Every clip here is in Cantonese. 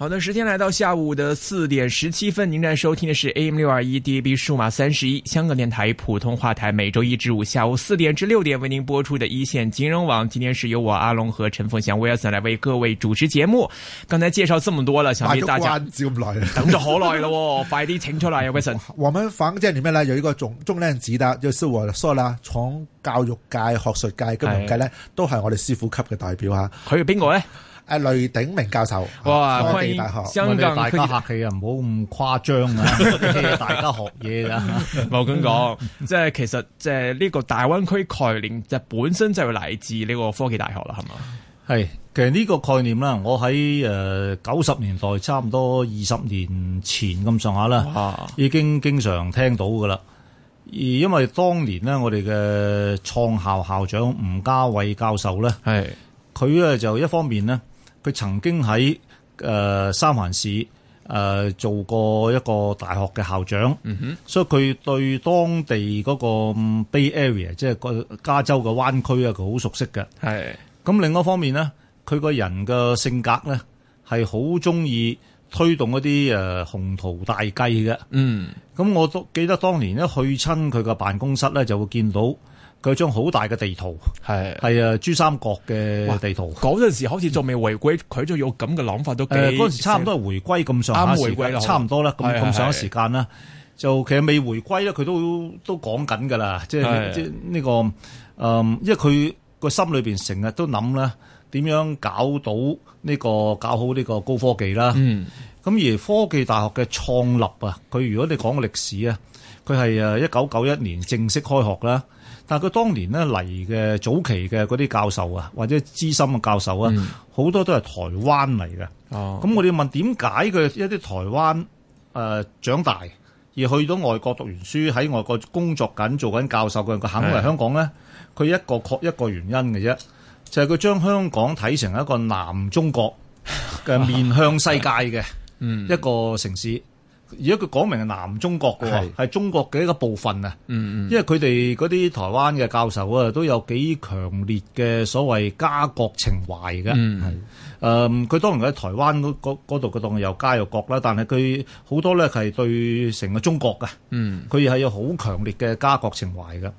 好的，时间来到下午的四点十七分，您在收听的是 AM 六二一 DAB 数码三十一香港电台普通话台，每周一至五下午四点至六点为您播出的一线金融网。今天是由我阿龙和陈凤祥 Wilson 来为各位主持节目。刚才介绍这么多了，想卖必咗大家關子咁耐啦。等咗好耐咯， 快啲请出嚟啊，Wilson。我们房間裡面呢，有一個重重量級的，就是我說啦，從教育界、學術界、金融界呢，都係我哋師傅級嘅代表嚇。佢係邊個咧？誒，雷鼎明教授，哇科歡技迎大學。香港啊我哋大家客氣啊，唔好咁誇張 啊，遮大家學嘢噶。我咁講，即係其實即係呢個大灣區概念，就本身就係嚟自呢個科技大學啦，係嘛？係，其實呢個概念啦，我喺誒九十年代差唔多二十年前咁上下啦哇，已經經常聽到噶啦。而因為當年呢，我哋嘅創校校長吳家偉教授咧，係佢咧就一方面呢，佢曾經喺誒、呃三藩市誒、呃做過一個大學嘅校長，所以佢對當地嗰個嗯 Bay Area，即係個加州嘅灣區啊，佢好熟悉嘅。係咁另一方面呢，佢個人嘅性格呢，係好中意推動一啲誒、呃、宏圖大計嘅。嗯咁我都記得當年一去親佢嘅辦公室呢，就會見到佢有張好大嘅地圖，係。係誒珠三角哇嘅地圖。嗰陣時好似仲未回歸，佢仲有咁嘅諗法都幾呃誒嗰陣時差唔多係回歸咁上下啱時回歸啦間，好差唔多啦，咁係係咁上下係時間啦。就其實未回歸咧，佢都都講緊㗎啦，即係係即係呢個誒、嗯因為佢個心裏邊成日都諗啦，點樣搞到呢、個搞好呢個高科技啦。嗯咁而科技大學嘅創立啊，佢如果你講歷史啊，佢係誒一九九一年正式開學啦。但係佢當年咧嚟嘅早期嘅嗰啲教授啊，或者資深嘅教授啊，嗯好、多都係台灣嚟嘅。哦咁我哋問點解佢一啲台灣誒、呃、長大而去到外國讀完書，喺外國工作緊、做緊教授嘅人，佢肯係嚟香港咧？佢一個確一個原因嘅啫，就係、佢將香港睇成一個南中國嘅面向世界 嘅嗯一個城市。而家佢講明係南中國嘅喎，係係中國嘅一個部分啊。嗯因為佢哋嗰啲台灣嘅教授啊，都有幾強烈嘅所謂家國情懷嘅。嗯誒，呃佢、當然喺台灣嗰嗰嗰度，佢當然有家有國啦，但係佢好多咧係對成個中國嘅，嗯佢係有好強烈嘅家國情懷嘅。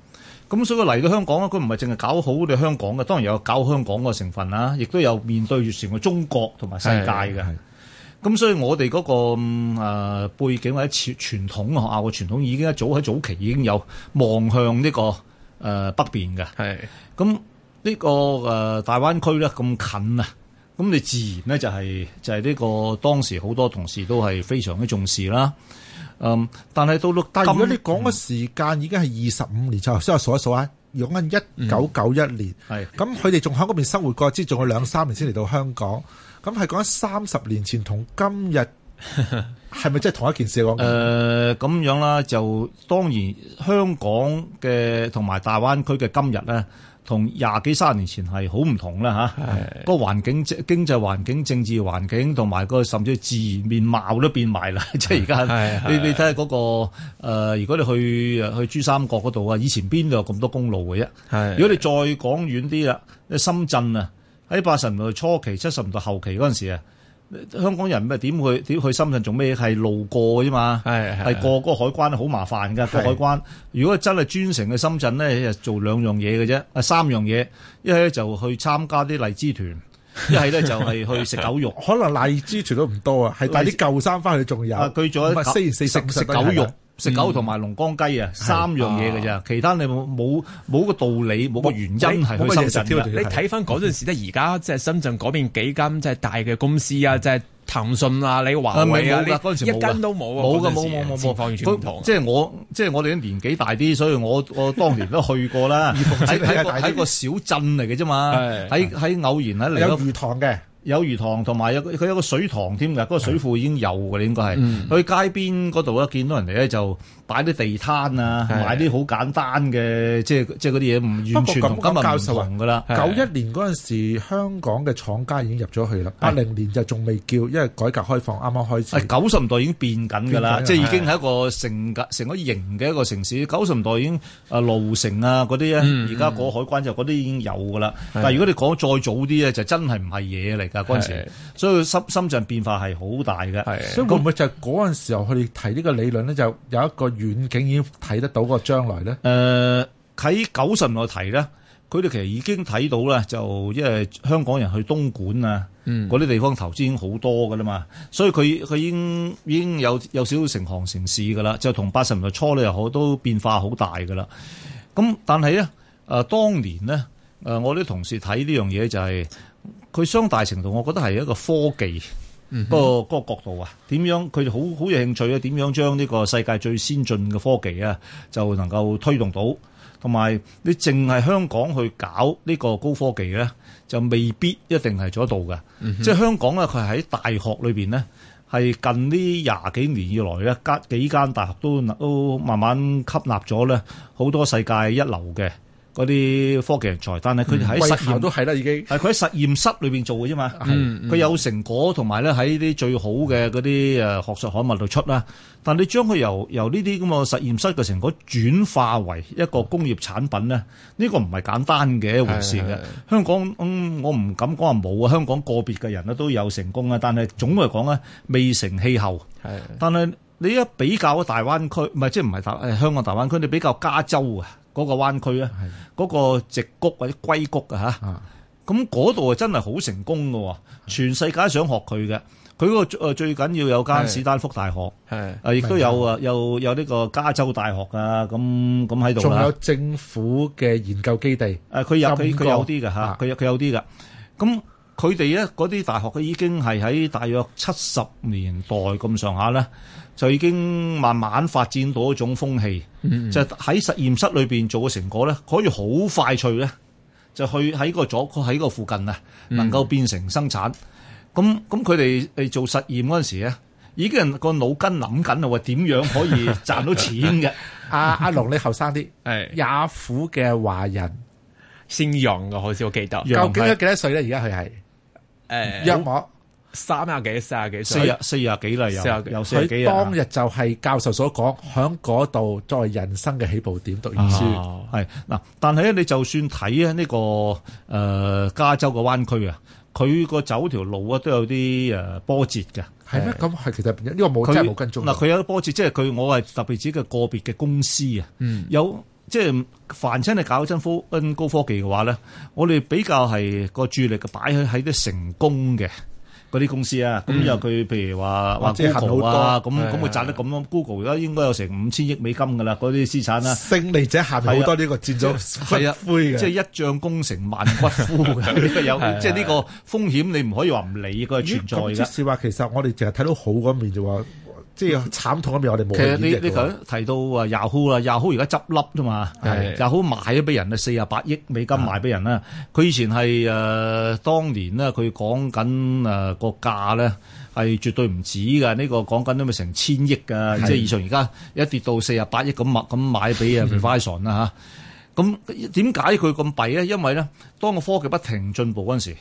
咁所以佢嚟到香港咧，佢唔係淨係搞好你香港嘅，當然有搞香港個成分啦，亦都有面對住成個中國同埋世界嘅。咁所以我哋嗰、個嗯呃背景或者傳傳統學校嘅傳統已經一早喺早期已經有望向呢、個誒、呃北邊嘅。係咁呢、個誒、呃大灣區咧咁近啊，咁你自然咧就係、就係、呢個當時好多同事都係非常之重視啦。嗯，但係到但係到如果你咁講個時間已經係二十五年之後，先我數一數啊，用緊一九九一年，係咁佢哋仲喺嗰邊生活過，之仲有兩三年先嚟到香港，咁係講緊三十年前同今日 係咪真係同一件事啊講緊？誒咁樣啦，就當然香港嘅同埋大灣區嘅今日咧，同廿幾三十年前係好唔同啦嚇。個環境經濟環境、政治環境同埋個甚至自然面貌都變埋啦。 即係而係家你你睇下嗰個、呃、如果你去去珠三角嗰度啊，以前邊度有咁多公路嘅啫？係如果你再講遠啲啦，你深圳啊，喺八十年代初期、七十年代後期嗰陣時啊，香港人咪點去點去深圳做咩？係路過啫嘛，係係係過嗰個海關好麻煩㗎，過海關。如果真係專程去深圳咧，就做兩樣嘢嘅啫，啊三樣嘢，一係咧就去參加啲荔 枝團，一係咧就係去食狗肉。可能荔枝團都唔多啊，係帶啲舊衫翻去仲有。啊，佢做唔係咗四四食十食狗肉。食狗同埋龍江雞啊，三樣嘢嘅咋，其他你冇冇冇個道理，冇個原因係冇乜去嘢深食圳添㗎啊。你睇翻嗰陣時，即係而家即係深圳嗰邊幾間即係大嘅公司啊，即係騰訊啊、你華啊，咪為啊，冇呢噶，嗰陣時一冇㗎間都冇啊，冇噶噶，冇冇冇情冇況完全唔同嗰。即係我即係我哋啲年紀大啲，所以我我當年都去過 啦。喺喺個喺個小鎮嚟嘅啫嘛，係喺喺偶然啊喺嚟有咗魚塘嘅，有魚塘，同埋有個佢嗯啊有個水塘添㗎，嗰個水庫已經有㗎，你應該係去街邊嗰度咧，見到人哋咧就擺啲地攤啊，係買啲好簡單嘅，即係即係嗰啲嘢唔完全同不過咁今講日教唔授啊同噶啦。係九一年嗰陣時，香港嘅廠家已經入咗去啦。八零年就仲未叫，因為改革開放啱啱開係始。九十年代已經變緊㗎啦，變緊㗎啊即係已經係一個成格成個型嘅一個城市。九十年代已經啊路城啊嗰啲咧，嗯而家過海關就嗰啲已經有㗎啦。但係如果你講再早啲咧，就真係唔係嘢嚟㗎嗰陣時。所以深深圳變化係好大嘅。所以會唔會就係嗰陣時候佢哋提呢個理論咧，就有一個遠景已經睇得到個將來咧？誒呃喺九十年代提咧，佢哋其實已經睇到啦，就因為香港人去東莞啊，嗰啲地方投資已經好多噶啦嘛，所以佢佢已經已經有有少少成行成市噶啦，就同八十年代初咧又好都變化好大噶啦。咁但係咧，誒、呃當年咧，誒、我啲同事睇呢樣嘢就係、佢相大程度，我覺得係一個科技。不過嗰個角度啊，點樣佢哋好好有興趣啊？點樣將呢個世界最先進嘅科技啊，就能夠推動到，同埋你淨係香港去搞呢個高科技咧，就未必一定係做得到嘅。即係香港咧，佢喺大學裏邊咧，係近呢廿幾年以來咧，間幾間大學都都慢慢吸納咗咧好多世界一流嘅嗰啲科技人才，但係佢哋喺實實驗驗都係啦，已經係佢喺實驗室裏邊做嘅啫嘛，嗯佢有成果同埋咧喺啲最好嘅嗰啲誒呃學術刊物度出啦。但你將佢由由呢啲咁嘅實驗室嘅成果轉化為一個工業產品咧，呢、個唔係簡單嘅一回事係係嘅。香港、嗯、我唔敢講話冇啊，香港個別嘅人咧都有成功啊，但係總嚟講咧未成氣候。係但係你一比較大灣區，唔係即係唔係大誒香港大灣區，你比較加州啊嗰個灣區啊，嗰、個直谷或者硅谷啊嚇啊，咁嗰度啊真係好成功嘅喎，全世界想學佢嘅。佢嗰個誒最緊要有間係史丹福大學，係誒亦都明白有啊有有呢個加州大學啊，咁咁喺度啊仲啦有。政府嘅研究基地。誒呃佢有佢佢浸過有啲嘅嚇啊，佢有佢有啲嘅。咁佢哋咧嗰啲大學佢已經係喺大約七十年代咁上下咧，就已經慢慢發展到一種風氣，就喺實驗室裏邊做嘅成果咧，可以好快脆咧，就去喺個左喺個附近啊，能夠變成生產。咁咁佢哋誒做實驗嗰陣時咧，已經人個腦筋諗緊啦，啊話點樣可以賺到錢嘅。 阿阿龍，你後生啲，係也虎嘅華人，姓楊嘅，好似我記得，楊究竟係佢幾多歲咧？而家佢係誒約莫，三啊幾、四啊幾四歲啊，四啊幾啦，有四啊幾有四啊幾佢啊。當日就係教授所講，響嗰度作為人生嘅起步點讀完啊書。哦係嗱，但係咧，你就算睇啊呢個誒、呃加州嘅灣區啊，佢個走條路啊都有啲誒、呃波折嘅。係咩？咁係其實呢個冇佢真係冇跟蹤。啊嗱，佢有啲波折，即係佢我係特別指嘅個別嘅公司啊，嗯有即係嗯凡親係搞真科跟高科技嘅話咧，我哋比較係個注意力嘅擺喺喺啲成功嘅。嗰啲公司啊，咁又佢譬如話話嗯或者行 Google 啊，好咁多係咁佢係賺得咁多，Google 而家應該有成五千億美金噶啦，嗰啲資產啦。勝利者下面好多呢個佔係 咗啊骨灰嘅，即係一將功成萬骨枯 嘅，呢個有係即係呢個風險，你唔可以話唔理佢係存咁在即嘅。是話，其實我哋淨係睇到好嗰面啫喎，即係慘痛嗰面我哋冇其實去你演繹你嘅頭喎。先提到啊 Yahoo 啦，Yahoo 而家執笠啫嘛係，Yahoo 賣咗俾人啊，四啊八億美金賣俾人啦。佢以前係誒、呃、當年咧，佢講緊誒個價咧係絕對唔止㗎，呢、個講緊都咪成千億㗎，即係以上而家一跌到四啊八億咁買咁買俾啊嗯 Verizon 啦嚇。咁點解佢咁弊咧？因為咧，當個科技不停進步嗰陣時，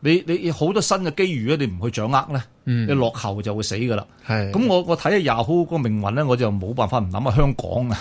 你你好多新嘅機遇咧，你唔去掌握咧，嗯你落後就會死噶啦。係咁我我睇下 Yahoo 個命運咧，我就冇辦法唔諗下香港 啊！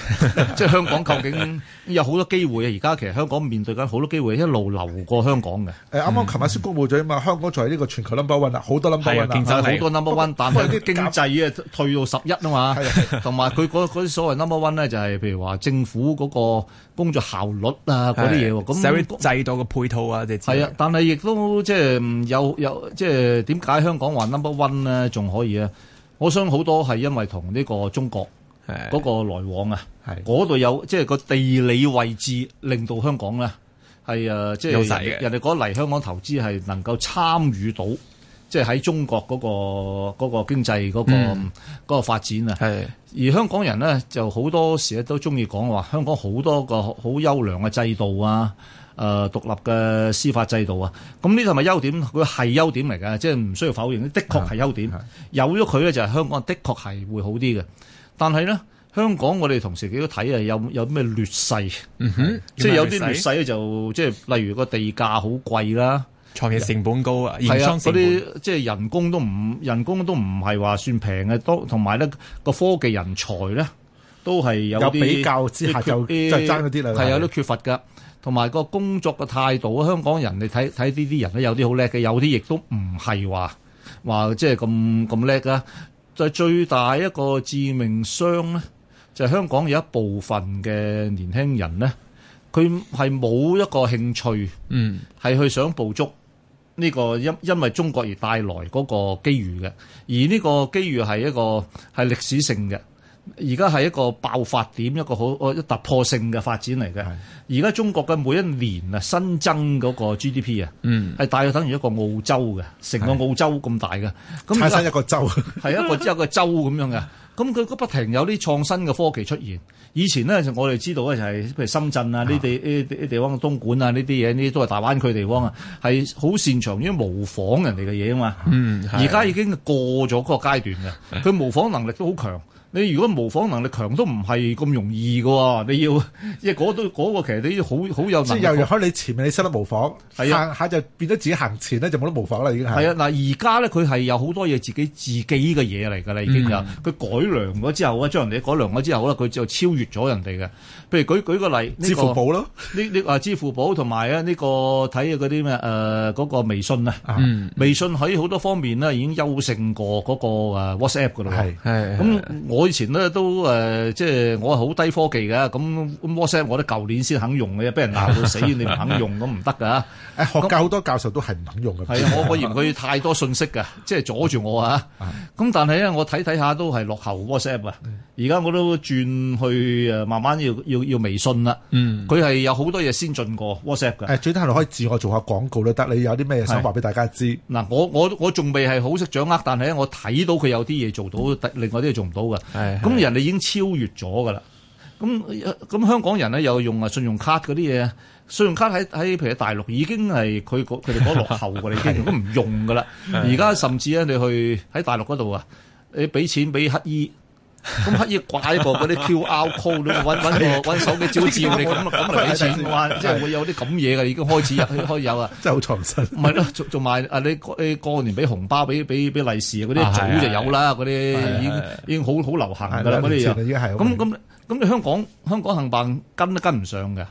即係香港究竟有好多機會啊！而家其實香港面對緊好多機會，一路流過香港嘅，誒啱啱琴日先公佈咗啊嘛，香港作為呢個全球 number one 啦，好多 number 係啊 one 啦競爭但真係嗯係好多 number one，但係啲經濟啊退到十一啊嘛，同埋佢嗰嗰啲所謂 number one 咧，就係譬如話政府嗰個工作效率啊嗰啲嘢喎，社會咁制度嘅配套啊，即係係啊，，但係亦都即係嗯有有即係點解香港話 number one 咧仲可以啊？我相信好多係因為同呢個中國係嗰個來往啊，係嗰度有即係個地理位置令到香港咧係誒即有係勢人嘅哋人哋嗰嚟香港投資係能夠參與到。即係喺中國嗰、個嗰、個經濟嗰、個嗯嗯嗰、個發展啊，係而香港人咧就好多時咧都中意講話香港好多個好優良嘅制度啊，誒、獨立嘅司法制度啊，咁呢啲係咪優點？佢係優點嚟嘅，即係唔需要否認，的確係優點。有咗佢咧，就係香港的確係會好啲嘅。但係咧，香港我哋同時亦都睇啊，有有咩劣勢？嗯哼，即係有啲劣勢咧，就即係例如個地價好貴啦，創業成本高啊，營係啊，商嗰成本啲即係人工都唔人工都唔係話算平嘅，多同埋咧個科技人才咧都係有有啲比較之下就啲就爭嗰啲啦係有啲缺乏㗎。同埋個工作嘅態度啊，香港人你睇睇呢啲人咧，有啲好叻嘅，有啲亦都唔係話話即係咁咁叻啦。就係最大一個致命傷咧，就係香港有一部分嘅年輕人咧，佢係冇一個興趣。嗯係去想捕捉呢個因因為中國而帶來嗰個機遇嘅，而呢個機遇係一個係歷史性嘅，而家係一個爆發點，一個好哦一突破性嘅發展嚟嘅。而家中國嘅每一年啊，新增嗰個 GDP 啊，嗯，係大約等於一個澳洲嘅，成個澳洲咁大嘅。咁產啊生一個州，係啊 一個一個州咁樣嘅。咁佢不停有啲創新嘅科技出現。以前咧，就我哋知道咧就係譬如深圳啊呢地呢啲呢啲地方，東莞啊呢啲嘢，呢啲都係大灣區地方啊，係好擅長於模仿人哋嘅嘢啊嘛。嗯係而家已經過咗嗰個階段 嘅，佢模仿能力都好強。你如果模仿能力強都唔係咁容易嘅喎，你要即係嗰都嗰個其實你要好好有即能係力。又由開你前面你識得模仿，行係啊下就變咗自己行前咧就冇得模仿啦，已經係係。啊，嗱而家咧佢係有好多嘢自己自己嘅嘢嚟㗎啦，已嗯經有佢改良咗之後啊，將人哋改良咗之後咧，佢就超越咗人哋嘅。譬如舉舉個例，呢支付個寶咯，呢呢啊支付寶同埋啊呢個睇下嗰啲咩誒嗰個微信啊，嗯微信喺好多方面咧已經優勝過嗰個誒 WhatsApp 㗎啦喎。係係咁咁我以前咧都誒、呃即係我係好低科技嘅，咁咁 WhatsApp 我都舊年先肯用嘅，俾人鬧到死，你唔肯用咁唔得㗎。誒學界好多教授都係唔肯用嘅。係啊，我我嫌佢太多信息㗎，即係阻住我啊。咁但係咧，我睇睇下都係落後 WhatsApp 啊。而家我都轉去誒，慢慢要要要微信啦。嗯佢係有好多嘢先進過 WhatsApp 㗎。誒最低限度可以自我做下廣告都得，你有啲咩想係話俾大家知？嗱，我我我仲未係好識掌握，但係咧，我睇到佢有啲嘢做到，但另外啲嘢做唔到㗎。嗯係咁人哋已經超越咗㗎啦。咁呃咁香港人咧又用啊信用卡嗰啲嘢，信用卡喺喺譬如喺大陸已經係佢嗰佢哋嗰落後㗎 啦，已經都唔用㗎啦。而家甚至咧你去喺大陸嗰度啊，你俾錢俾乞衣。咁乞衣掛一個嗰 啲 QR code，你揾揾個揾手機照照你咁啊咁嚟俾錢嘅話，即係會有啲咁嘢㗎，已經開始有開始有啊。真係好創新。 唔係咯，仲仲埋啊！你過你過年俾紅包、俾俾俾利是啊，嗰啊啲係早就有啦，嗰係啲已經係已經好好流行係㗎啦，嗰兩年啲前嘢。已經係咁咁咁，你香港香港行辦跟都跟唔上嘅。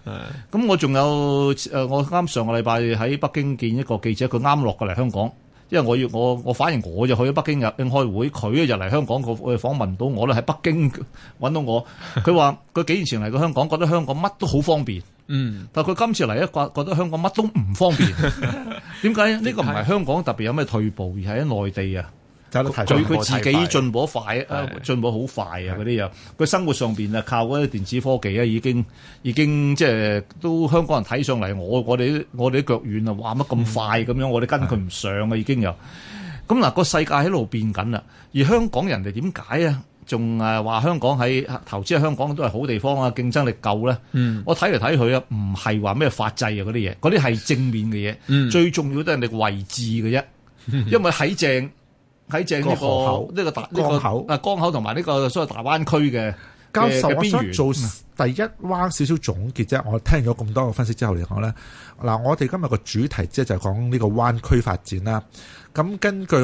咁我仲有誒，我啱上個禮拜喺北京見一個記者，佢啱落過嚟香港，因為我要我我反而我就去咗北京入京開會，佢咧就嚟香港，佢佢訪問到我咧喺北京 揾到我，佢話佢幾年前嚟過香港，覺得香港乜都好方便。嗯但佢今次嚟咧，覺覺得香港乜都唔方 便。點解呢個唔係香港特別有咩退步，而係喺內地啊，走得太進佢步佢太自快己進步得快啊係，進步好快啊嗰啲嘢。佢生活上邊啊，靠嗰啲電子科技咧，已經已經即係都香港人睇上嚟，我我哋我哋啲腳軟啊，哇乜嗯咁快咁樣，我哋跟佢唔上啊，已經有。咁嗱，個世界喺度變緊啦，啊而香港人哋點解啊？仲誒話香港喺投資喺香港都係好地方啊，競爭力夠咧。嗯我睇嚟睇去啊，唔係話咩法制啊嗰啲嘢，嗰啲係正面嘅嘢，嗯最重要都係你個位置嘅啫。因為喺正喺正呢個河嗯口個呢個大呢江個口啊江口同埋呢個所謂大灣區嘅教嘅授，嘅我邊想緣嗯做第一彎少少總結啫。我聽咗咁多嘅分析之後嚟講咧，嗱，我哋今日個主題即係就係講呢個灣區發展啦。咁根據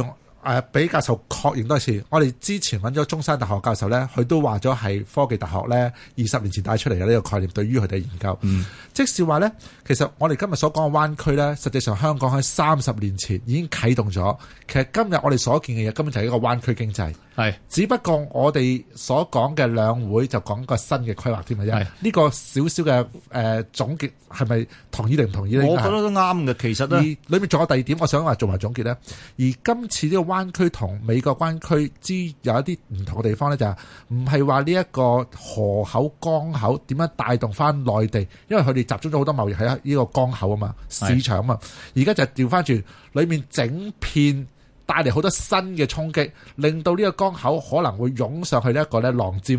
誒俾教授確認多一次，我哋之前揾咗中山大學教授咧，佢都話咗係科技大學咧二十年前帶出嚟嘅呢個概念，對於佢哋研究。嗯即是話咧，其實我哋今日所講嘅灣區咧，實際上香港喺三十年前已經啟動咗。其實今日我哋所見嘅嘢，根本就係一個灣區經濟。係只不過我哋所講嘅兩會就講個新嘅規劃添嘅啫係。呢個少少嘅誒總結係咪同意定唔同意呢？我應該覺係得都啱嘅。其實而咧，裏面仲有第二點，我想話做埋總結呢。而今次呢個灣區同美國灣區之有一啲唔同嘅地方呢，就係唔係話呢一個河口江口點樣帶動翻內地，因為佢哋集中咗好多貿易喺呢個江口啊嘛，市場啊嘛。而家就調翻轉，裏面整片帶嚟好多新嘅衝擊，令到呢個江口可能會湧上去呢一個咧浪尖。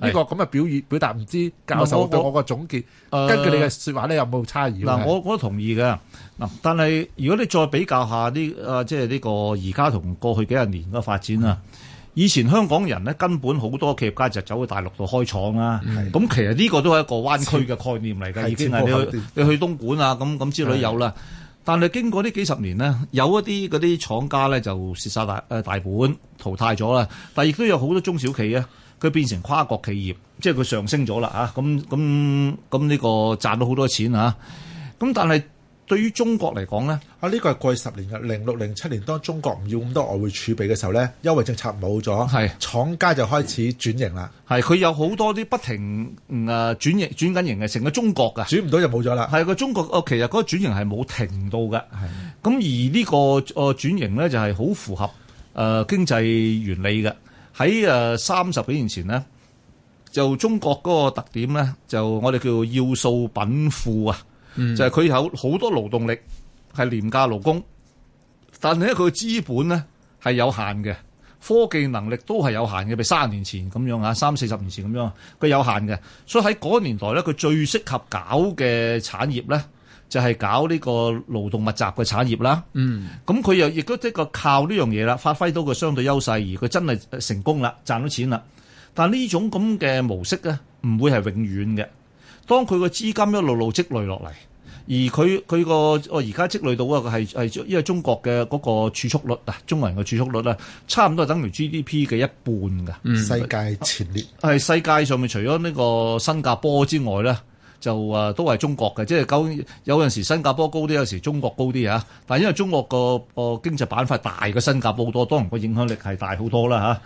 呢係個咁嘅表現表達，唔知教我授我對我個總結，誒根據你嘅説話呢，有冇差異？呃嗱，我我都同意嘅。嗱，但係如果你再比較下呢啊，即係呢個而家同過去幾廿年嘅發展啊，以前香港人咧根本好多企業家就走去大陸度開廠啦。咁其實呢個都係一個灣區嘅概念嚟係㗎，已經前係鋪後你去你去東莞啊咁咁之類有啦。但係經過呢幾十年呢，有一啲嗰啲廠家咧就蝕晒大誒大本淘汰咗啦，但係亦都有好多中小企啊，佢變成跨國企業，即係佢上升咗啦啊！咁咁咁呢個賺到好多錢啊！咁但係對於中國嚟講咧，啊！呢個係過去十年嘅零六零七年，當中國唔要咁多外匯儲備嘅時候咧，優惠政策冇咗，係廠家就開始轉型啦，係佢有好多啲不停誒、呃、轉型轉緊型嘅，成個中國㗎。轉唔到就冇咗啦。係個中國哦，其實嗰個轉型係冇停到嘅。咁而呢個誒轉型咧就係好符合誒、呃、經濟原理嘅。喺誒三十幾年前呢，就中國嗰個特點咧，就我哋叫要素稟賦啊，就係佢有好多勞動力係廉價勞工，但係咧佢嘅資本咧係有限嘅。科技能力都係有限嘅，譬如三十年前咁樣啊，三四十年前咁樣，佢有限嘅。所以喺嗰個年代咧，佢最適合搞嘅產業咧，就係、搞呢個勞動密集嘅產業啦。嗯，咁佢又亦都即係靠呢樣嘢啦，發揮到個相對優勢，而佢真係成功啦，賺到錢啦。但呢種咁嘅模式咧，唔會係永遠嘅。當佢個資金一路路積累落嚟，而佢佢個我而家積累到啊，係係因為中國嘅嗰個儲蓄率啊，中國人嘅儲蓄率咧，差唔多係等於 GDP 嘅一半㗎。世界前列，係世界上面除咗呢個新加坡之外咧，就誒、呃都係中國嘅，即係究有陣時新加坡高啲，有時中國高啲啊。但係因為中國個個經濟板塊大過新加坡好多，當然個影響力係大好多啦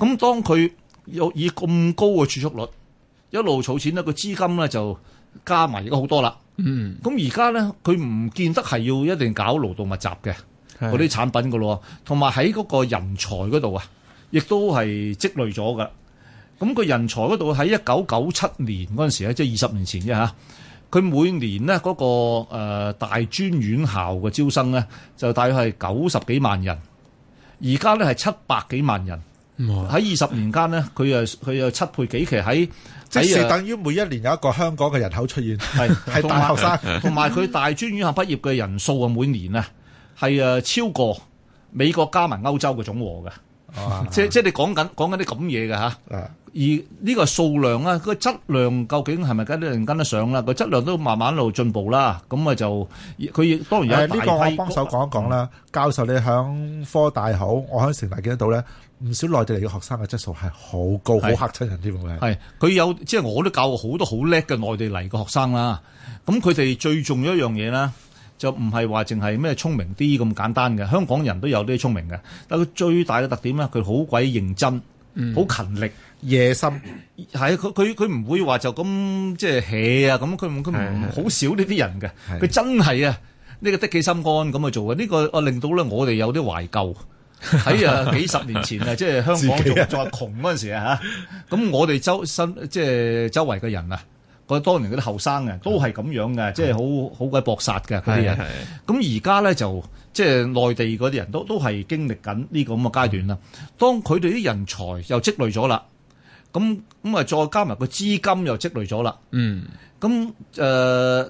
嚇。咁、當佢有以咁高嘅儲蓄率一路儲錢咧，個資金咧就加埋而家好多啦。嗯，咁而家咧佢唔見得係要一定搞勞動密集嘅嗰啲產品噶咯，同埋喺嗰個人才嗰度啊，亦都係積累咗噶。咁佢人才嗰度喺一九九七年嗰陣時咧，即係二十年前啫嚇。佢每年呢嗰、個、呃、大專院校嘅招生咧，就大約係九十幾萬人，而家咧係七百幾萬人。喺二十年間咧，佢又佢又七倍幾，其實喺即是喺啊等於每一年有一個香港嘅人口出現，係係大學 生。同埋佢大專院校畢業嘅人數啊，每年啊係誒超過美國加埋歐洲嘅總和嘅，啊即即係你講緊講緊啲咁嘢嘅嚇。啊而呢個數量啊，個質量究竟係咪跟得跟得上啦？個質量都慢慢一路進步啦。咁啊就佢亦當然有誒一呢個大我批幫手講一講啦，教授你響科大好，我響城大見得到咧，唔少內地嚟嘅學生嘅質素係好高，係好嚇親人添喎。係係佢有即係我都教過好多好叻嘅內地嚟嘅學生啦。咁佢哋最重要一樣嘢啦，就唔係話淨係咩聰明啲咁簡單嘅。香港人都有啲聰明嘅，但佢最大嘅特點咧，佢好鬼認真，好勤力。野心係佢佢佢唔會話就咁即係 hea 啊咁，佢唔佢唔好少呢啲人嘅，係佢真係啊呢個的起心肝咁去做嘅，呢、個啊令到咧我哋有啲懷舊。喺啊幾十年前啊，即係香港仲仲係窮嗰陣時啊嚇，咁我哋周身即係周圍嘅人啊，嗰當年嗰啲後生啊，都係咁樣嘅，即係好好鬼搏殺嘅嗰啲人。咁而家咧就即係內地嗰啲人都都係經歷緊呢個咁嘅階段啦。當佢哋啲人才又積累咗啦，咁咁啊再加埋個資金又積累咗啦。嗯，咁誒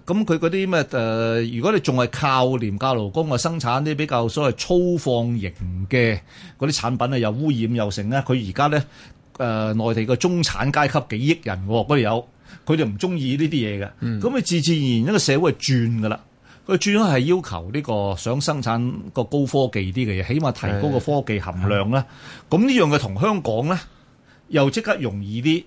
咁佢嗰啲咩誒？如果你仲係靠廉價勞工啊生產啲比較所謂粗放型嘅嗰啲產品啊，又污染又成咧，佢而家咧誒內地嘅中產階級幾億人喎，嗰度有佢哋唔中意呢啲嘢嘅，咁佢、自自然然一個社會係轉噶啦。佢轉咗係要求呢個想生產個高科技啲嘅嘢，起碼提高個科技含量啦。咁呢樣嘅同香港咧又即刻容易啲。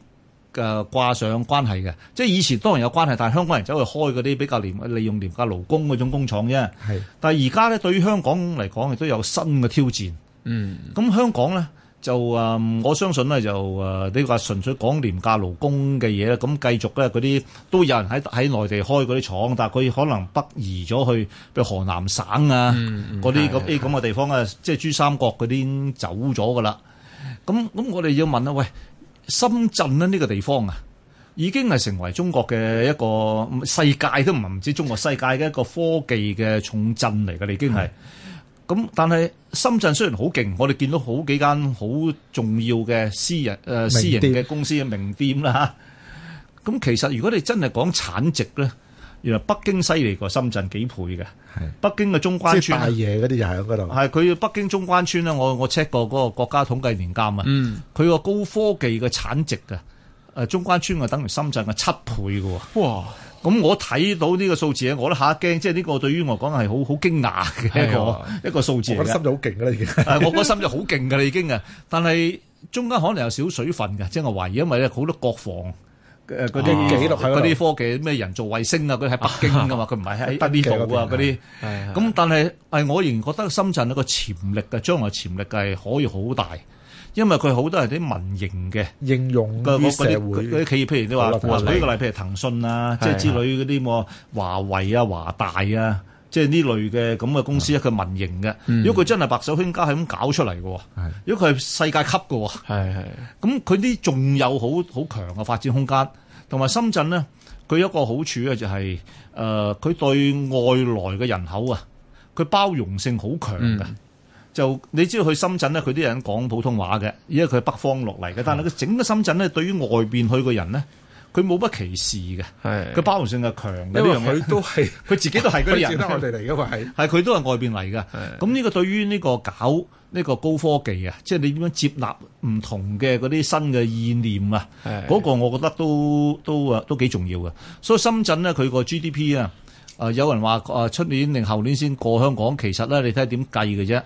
嘅、呃掛上關係嘅，即係以前當然有關係，但係香港人走去開嗰啲比較廉利用廉價勞工嗰種工廠啫。係但係而家咧，對於香港嚟講，亦都有新嘅挑戰。嗯，咁香港咧就誒、嗯我相信咧就誒、你話純粹講廉價勞工嘅嘢咧，咁繼續咧嗰啲都有人喺喺內地開嗰啲廠，但係佢可能北移咗去，譬如河南省啊，嗰啲咁啲咁嘅地方啊，即係珠三角嗰啲已經走咗噶啦。咁咁，我哋要問啦，啊喂，深圳咧呢個地方啊，已經係成為中國嘅一個嗯世界都唔係唔止中國世界嘅一個科技嘅重鎮嚟㗎啦，已經係。咁但係深圳雖然好勁，我哋見到好幾間好重要嘅私人誒、呃私營店嘅公司嘅名店啦嚇咁其實如果你真係講產值咧，原來北京犀利過深圳幾倍嘅。係北京嘅中關即係村大爺嗰啲就喺嗰度。係佢北京中關村咧，我我 check 過嗰個國家統計年鑑啊，嗯，佢個高科技嘅產值啊，誒中關村啊等於深圳嘅七倍嘅喎。哇，咁我睇到呢個數字咧，我都嚇一驚，即係呢個對於我嚟講係好好驚訝嘅一係啊個一個數字我覺嚟得嘅深。圳好勁㗎啦，已 經。誒，我覺得深圳好勁㗎啦已經啊，但係中間可能有少水分嘅，即係我懷疑，因為咧好多國防誒嗰啲哦記錄喺嗰度啊嗰啲科技咩人造衛星啊，佢喺北京 噶嘛，佢唔係喺呢度啊嗰北啲京。係咁但係誒，我仍然覺得深圳有個潛力嘅，將來潛力係可以好大，因為佢好多係啲民營嘅。應用個啊於嗰社嗰啲嗰會啲企業，譬如你話好啦話舉個例，譬如騰訊啊，即係之類嗰啲咁華為啊、華大啊，即係呢類嘅咁嘅公司，佢民營嘅。如果佢真係白手興家係咁搞出嚟嘅喎係，如果佢係世界級嘅喎，係係咁佢啲仲有好好強嘅發展空間。同埋深圳咧，佢有一個好處咧就係誒，佢對外來嘅人口啊，佢包容性好強嘅。就你知道去深圳咧，佢啲人講普通話嘅，因為佢係北方落嚟嘅。但係佢整個深圳咧，對於外邊去嘅人咧，佢冇乜歧視嘅，係佢包容性係強嘅因呢為樣嘢。佢都係佢自己都係嗰 佢啲認得人，我啊哋嚟嘅嘛，係係佢都係外邊嚟嘅。咁呢個對於呢個搞呢個高科技啊，即係你點樣接納唔同嘅嗰啲新嘅意念啊，係嗰個我覺得都都啊都幾重要嘅。所以深圳咧佢個 GDP 啊，誒有人話誒出年定後年先過香港，其實咧你睇下點計嘅啫。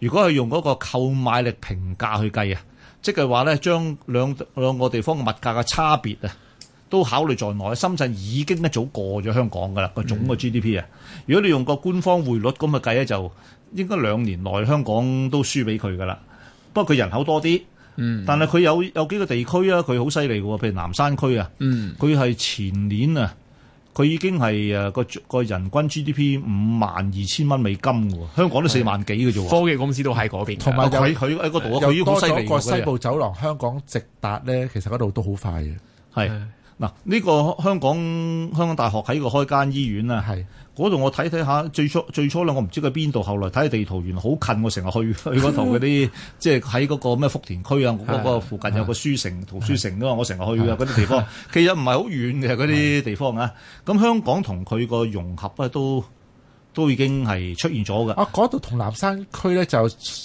如果係用嗰個購買力平價去計啊，即係話咧將兩兩個地方嘅物價嘅差別啊。都考慮在內，深圳已經一早過咗香港㗎啦，個嗯總個 GDP 啊。如果你用個官方匯率咁去計咧，就應該兩年內香港都輸俾佢㗎啦。不過佢人口多啲，嗯但係佢有有幾個地區啊，佢好犀利嘅喎，譬如南山區啊，嗯佢係前年啊，佢已經係誒個個人均 GDP 五萬二千蚊美金嘅喎，香港都四萬幾嘅啫喎。 科技公司都喺嗰邊㗎，同埋啊有佢佢喺嗰度啊，佢已經又好多犀利咗㗎個喎西佢部走廊，香港直達咧，其實嗰度都好快嘅，係係嗱，呢個香港香港大學喺個開間醫院啊，係嗰度我睇睇下，最初最初咧我唔知佢邊度，後來睇下地圖原來好近，我成日去 去嗰度嗰啲，即係喺嗰個咩福田區啊，嗰個附近有個書城、圖書城噶嘛，我成日去嘅嗰啲地方，其實唔係好遠嘅嗰啲地方啊。咁香港同佢個融合咧都都已經係出現咗嘅，啊！嗰度同南山區咧就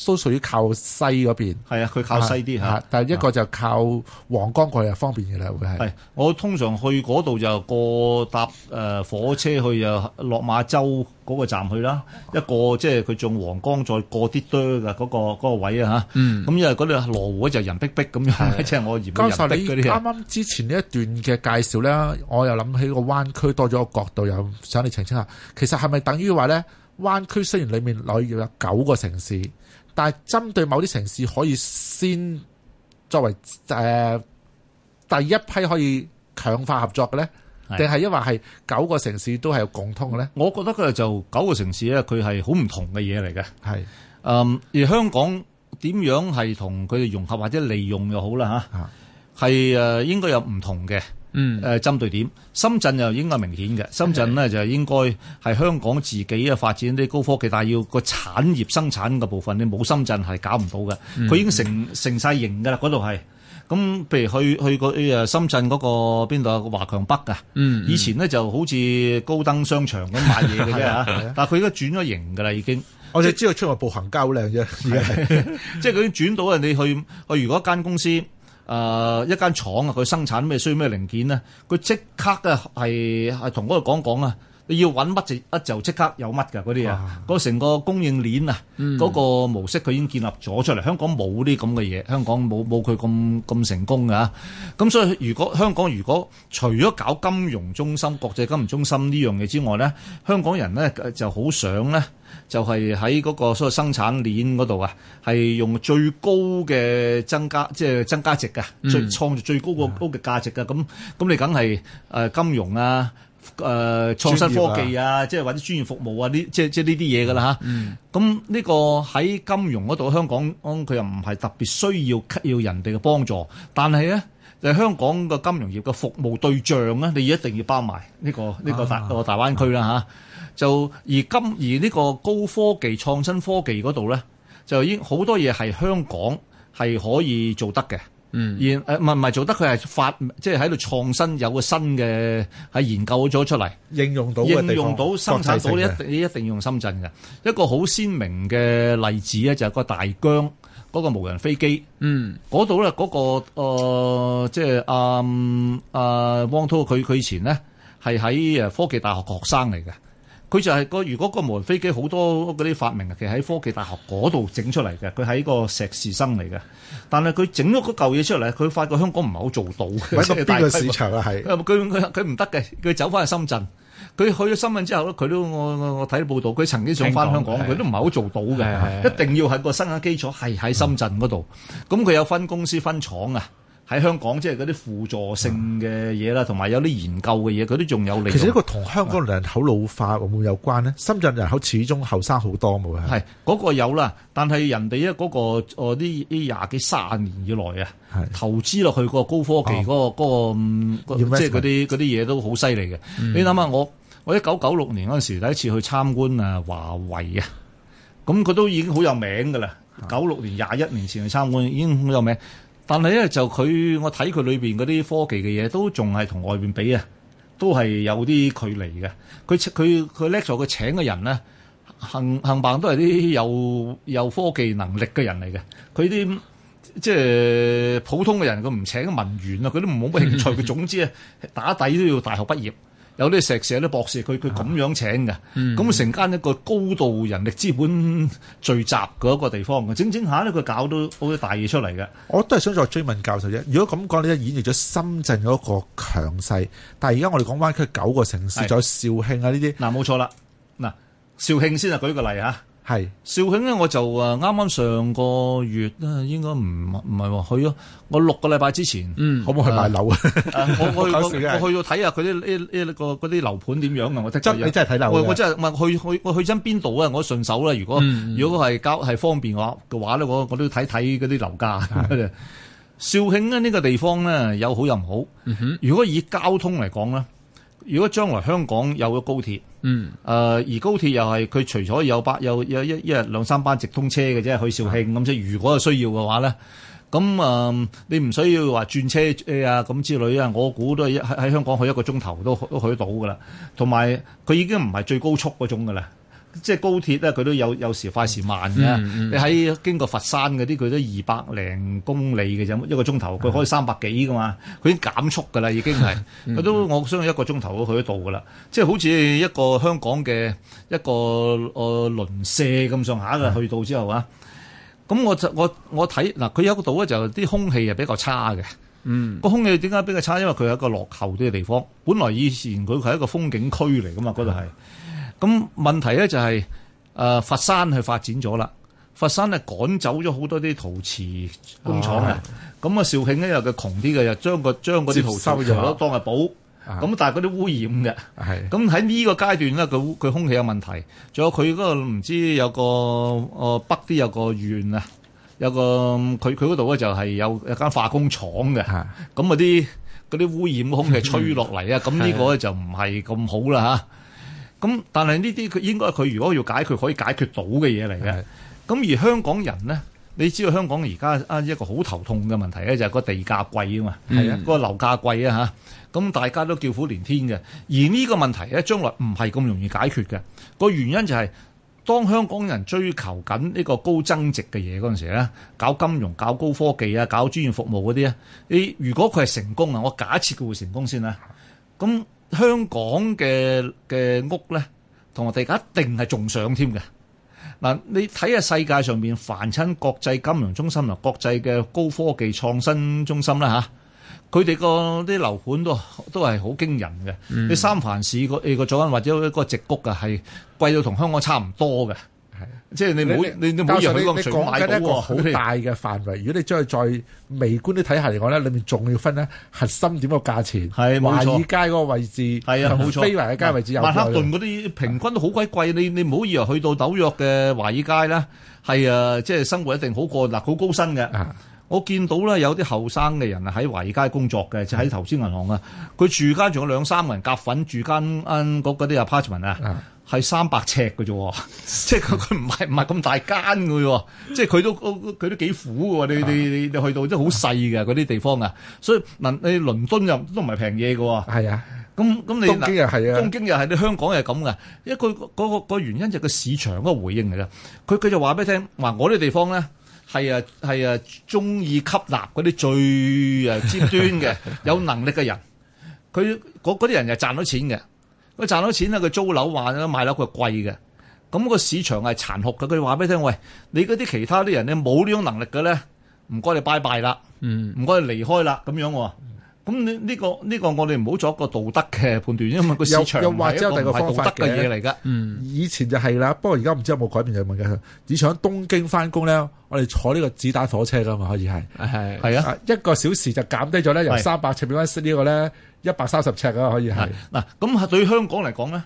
都屬於靠西嗰邊，係啊，佢靠西啲啊嚇。但係一個就靠皇崗過嚟就方便嘅啦，會係係，我通常去嗰度就過搭誒、呃火車去啊落馬洲嗰個站去啦，一個即係佢仲皇崗再過啲多嘅嗰個嗰個位啊嚇。嗯咁因為嗰度羅湖咧就人逼逼咁樣， 即係我嫌教授，佢你人逼嗰啱啲啊。啱之前呢一段嘅介紹咧，我又諗起個灣區多咗個角度，又想你澄清下，其實係咪等於話咧，灣區雖然裡面內要有九個城市，但係針對某啲城市可以先作為誒、呃第一批可以強化合作嘅咧，係定係因為係九個城市都係有共通嘅咧？我覺得佢就九個城市咧，佢係好唔同嘅嘢嚟嘅。係嗯，而香港點樣係同佢哋融合或者利用又好啦啊嚇，係誒、呃、應該有唔同嘅。嗯誒針對點，深圳就應該明顯嘅。深圳呢就應該係香港自己啊發展啲高科技，但係要個產業生產嘅部分，你冇深圳係搞唔到嘅。嗯佢已經成成晒型㗎啦，嗰度係。咁譬如去去個誒深圳嗰個邊度啊華強北㗎，嗯以前呢就好似高登商場咁買嘢 嘅啫嚇係啊但係佢而家轉咗型㗎啦已經。我哋知道出外步行街好靚啫，而家係 即係佢已經轉到人哋去，去如果一間公司誒、呃一間廠啊，佢生產咩需要咩零件咧，佢即刻啊係係同嗰度講講啊，你要揾乜就一就即刻有乜㗎嗰啲啊，嗰成個供應鏈啊，嗰、個模式佢已經建立咗出嚟。香港冇啲咁嘅嘢，香港冇冇佢咁咁成功㗎啊。咁所以如果香港如果除咗搞金融中心、國際金融中心呢樣嘢之外咧，香港人咧就好想咧。就係喺嗰個所謂生產鏈嗰度啊，係用最高嘅增加，即係增加值嘅，最創造最高個高嘅價值嘅。咁咁你梗係誒金融啊，誒、創新科技啊，即係或者專業服務啊，呢即係即係呢啲嘢㗎啦吓。咁呢、個喺金融嗰度，香港佢又唔係特別需要要人哋嘅幫助，但係咧。就係香港個金融業嘅服務對象咧，你一定要包埋呢、個呢、個大、個大灣區啦吓。就而今而呢個高科技創新科技嗰度咧，就已經好多嘢係香港係可以做得嘅。嗯，而誒唔係唔係做得，佢係發即係喺度創新，有個新嘅係研究咗出嚟，應用到嘅地方應用到生產到國際性呢，嘅一定你一定要用深圳嘅一個好鮮明嘅例子咧，就係個大疆嗰個無人飛機。嗯，嗰度咧嗰個、呃、即係嗯阿阿汪滔佢佢以前咧係喺呃誒科技大學學生嚟嘅，佢就係、個如果個無人飛機好多嗰啲發明啊，其實喺科技大學嗰度整出嚟嘅，佢係一個碩士生嚟嘅，但係佢整咗嗰嚿嘢出嚟，佢發覺香港唔係好做到嘅，揾即到係大規邊模個市場啊？係佢佢佢唔得嘅，佢走翻去深圳。佢去咗深圳之後咧，佢都我我我睇到報道，佢曾經想翻香港，聽講佢都唔係好做到係係嘅，一定要喺個生產基礎係喺深圳嗰度。咁佢有分公司分廠啊，喺香港即係嗰啲輔助性嘅嘢啦，同埋有啲研究嘅嘢，佢都仲有利用。其實呢個同香港人口老化會唔會有關呢？深圳人口始終後生好多冇啊？係嗰、個有啦，但係人哋咧嗰個哦呢呢廿幾卅年以來啊，係啊投資落去個高科技嗰、個嗰、個嗯 Investment 嗯即係嗰啲嗰啲嘢都好犀利嘅。你諗下我我一九九六年嗰陣時第一次去參觀啊華為啊，咁佢都已經好有名㗎啦。啊九六年廿一年前去參觀已經好有名，但係咧就佢我睇佢裏邊嗰啲科技嘅嘢都仲係同外邊比啊，都係有啲距離嘅。佢佢佢叻咗，佢請嘅人咧。行行辦都係啲有有科技能力嘅人嚟嘅，佢啲即係普通嘅人，佢唔請文員啊，佢都冇乜興趣。佢總 之啊，打底都要大學畢業，有啲碩士，有啲博士，佢啊佢咁樣請嘅。嗯咁成間一個高度人力資本聚集嘅一個地方嘅，整整下咧，佢搞到好多大嘢出嚟嘅。我都係想再追問教授啫。如果咁講，你演繹咗深圳嗰個強勢，但係而家我哋講灣區九個城市，係仲有肇慶啊呢啲，嗱，冇錯啦，嗱，肇慶先啊，舉個例嚇。係肇慶咧，我就啊誒啱啱上個月咧，應該唔唔係喎，去咗我六個禮拜之前，嗯可唔可以去買樓啊？啊我我去搞過笑啫我去到睇下佢啲呢呢個嗰啲樓盤點樣啊！我的真你真係睇樓我嘅我真係唔係去去我去親邊度啊！我順手啦，如果嗯如果係交係方便嘅話嘅話咧，我我都睇睇嗰啲樓嗯價。肇慶咧呢個地方咧有好有唔嗯好。如果以交通嚟講咧，如果將來香港有咗高鐵。嗯，誒、而高鐵又係佢除咗有班有有一一日兩三班直通車嘅啫，去肇慶咁即係如果有需要嘅話咧，咁誒、嗯你唔需要話轉車啊咁之類啊，我估都係一喺喺香港去一個鐘頭都都去得到噶啦。同埋佢已經唔係最高速嗰種噶啦。即係高鐵咧，佢都有有時快時慢嘅。你喺經過佛山嗰啲，佢都二百零公里嘅啫，一個鐘頭佢可以三百幾噶嘛，佢已經減速噶啦，已經係佢都我相信一個鐘頭都去得到噶啦。即係好似一個香港嘅一個呃鄰舍咁上下嘅，去到之後啊，咁我就我我睇嗱，佢有一個島咧，就啲空氣係比較差嘅。嗯，個空氣點解比較差？因為佢係一個落後啲嘅地方。本來以前佢係一個風景區嚟噶嘛，嗰度係。咁問題咧就係、呃佛山去發展咗啦，佛山咧趕走咗好多啲陶瓷工廠啊，咁啊肇慶咧又佢窮啲嘅，又將個將嗰啲陶瓷哦接收咗咗當係寶，啊咁但係嗰啲污染嘅。 係咁喺呢個階段咧，佢佢空氣有問題，仲有佢嗰個唔知有個哦北啲有個縣啊，有個佢佢嗰度咧就係有有間化工廠嘅，咁嚇嗰啲嗰啲污染空氣吹落嚟啊，咁呢個咧就唔係咁好啦嚇。咁但係呢啲佢應該佢如果要解決，可以解決到嘅嘢嚟嘅。咁而香港人咧，你知道香港而家啊一個好頭痛嘅問題咧，就係個地價貴啊嘛，係啊，個樓價貴啊嚇，咁大家都叫苦連天嘅。而呢個問題咧，將來唔係咁容易解決嘅。個原因就係、當香港人追求緊呢個高增值嘅嘢嗰陣時咧，搞金融、搞高科技啊、搞專業服務嗰啲咧，你如果佢係成功啊，我假設佢會成功先啦。咁香港嘅嘅屋咧，同我哋而家一定係仲上添嘅。嗱，你睇下世界上面凡親國際金融中心同國際嘅高科技創新中心啦吓，佢哋個啲樓盤都都係好驚人嘅。你三藩市個誒個佐敦或者一個直谷嘅係貴到同香港差唔多嘅，即係你唔好你你唔好以為香你你港水講買到啊緊一個喎，好佢哋大嘅範圍。如果你將佢再微觀啲睇下嚟講咧，裏面仲要分咧核心點個價錢，係華冇錯爾街嗰個位置，係 啊，冇錯。啊非華爾街位置有曼克頓嗰啲平均都好鬼貴，你你唔好以為去到紐約嘅華爾街咧，係啊，即係生活一定好過嗱，好高薪嘅。啊，我見到咧有啲後生嘅人啊喺華爾街工作嘅，就嗯喺投資銀行啊，佢住間仲有兩三個人夾份住間間嗰嗰啲 apartment 啊啊，係三百尺嘅啫喎， 即係佢佢唔係唔係咁大間嘅喎，即係佢都佢都幾苦嘅啊喎，你你你你去到即係好細嘅嗰啲地方啊，所以嗱你倫敦又都唔係平嘢嘅喎，係啊，咁咁你東京又係啊東。京又係，你香港又係咁嘅。因為佢嗰、個個原因就係個市場嗰個回應嚟嘅。佢佢就話俾你聽，話我呢地方咧係啊係啊，中意吸納嗰啲最啊尖端 嘅有能力嘅人。佢嗰嗰啲人就賺到錢嘅。佢賺到錢咧，佢租樓話咧賣樓佢貴嘅。咁、個市場係殘酷嘅。佢話俾你聽，喂，你嗰啲其他啲人咧冇呢種能力嘅咧，唔該你拜拜啦。嗯，唔該，離開啦咁樣喎。咁呢呢個呢、個我哋唔好作一個道德嘅判斷，因為個市場又唔又或係者一有第個二個唔係方法道德嘅嘅嘢嚟㗎。以前就係啦，不過而家唔知有冇改變就問緊佢。以前喺東京翻工咧，我哋坐呢個子彈火車噶嘛，可以係係係啊，啊一個小時就減低咗咧，由係三百尺變翻呢個咧一百三十尺啊，可以係係嗱，咁啊對香港嚟講咧，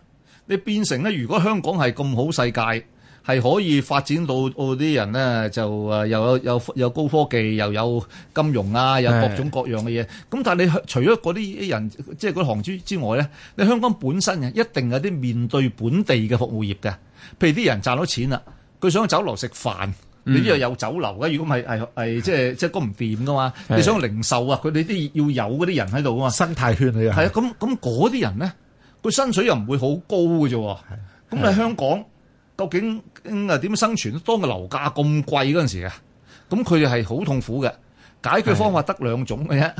你變成咧，如果香港係咁好世界，係可以發展到到啲人咧就誒又有有有高科技，又有金融啊，有各種各樣嘅嘢。咁但係你除咗嗰啲人，即係嗰啲行豬之外咧，你香港本身啊一定有啲面對本地嘅服務業嘅，譬如啲人賺到錢啦，佢想去酒樓食飯。你呢度有酒樓嘅，如果唔係係係即係即係嗰唔掂噶嘛？係你想零售啊，佢哋啲要有嗰啲人喺度啊嘛。生態圈嚟係啊，嘅。咁咁嗰啲人咧，佢薪水又唔會好高嘅啫喎。咁你香港究竟嗯啊點生存？當個樓價咁貴嗰陣時啊，咁佢哋係好痛苦嘅。解決方法得兩種嘅啫，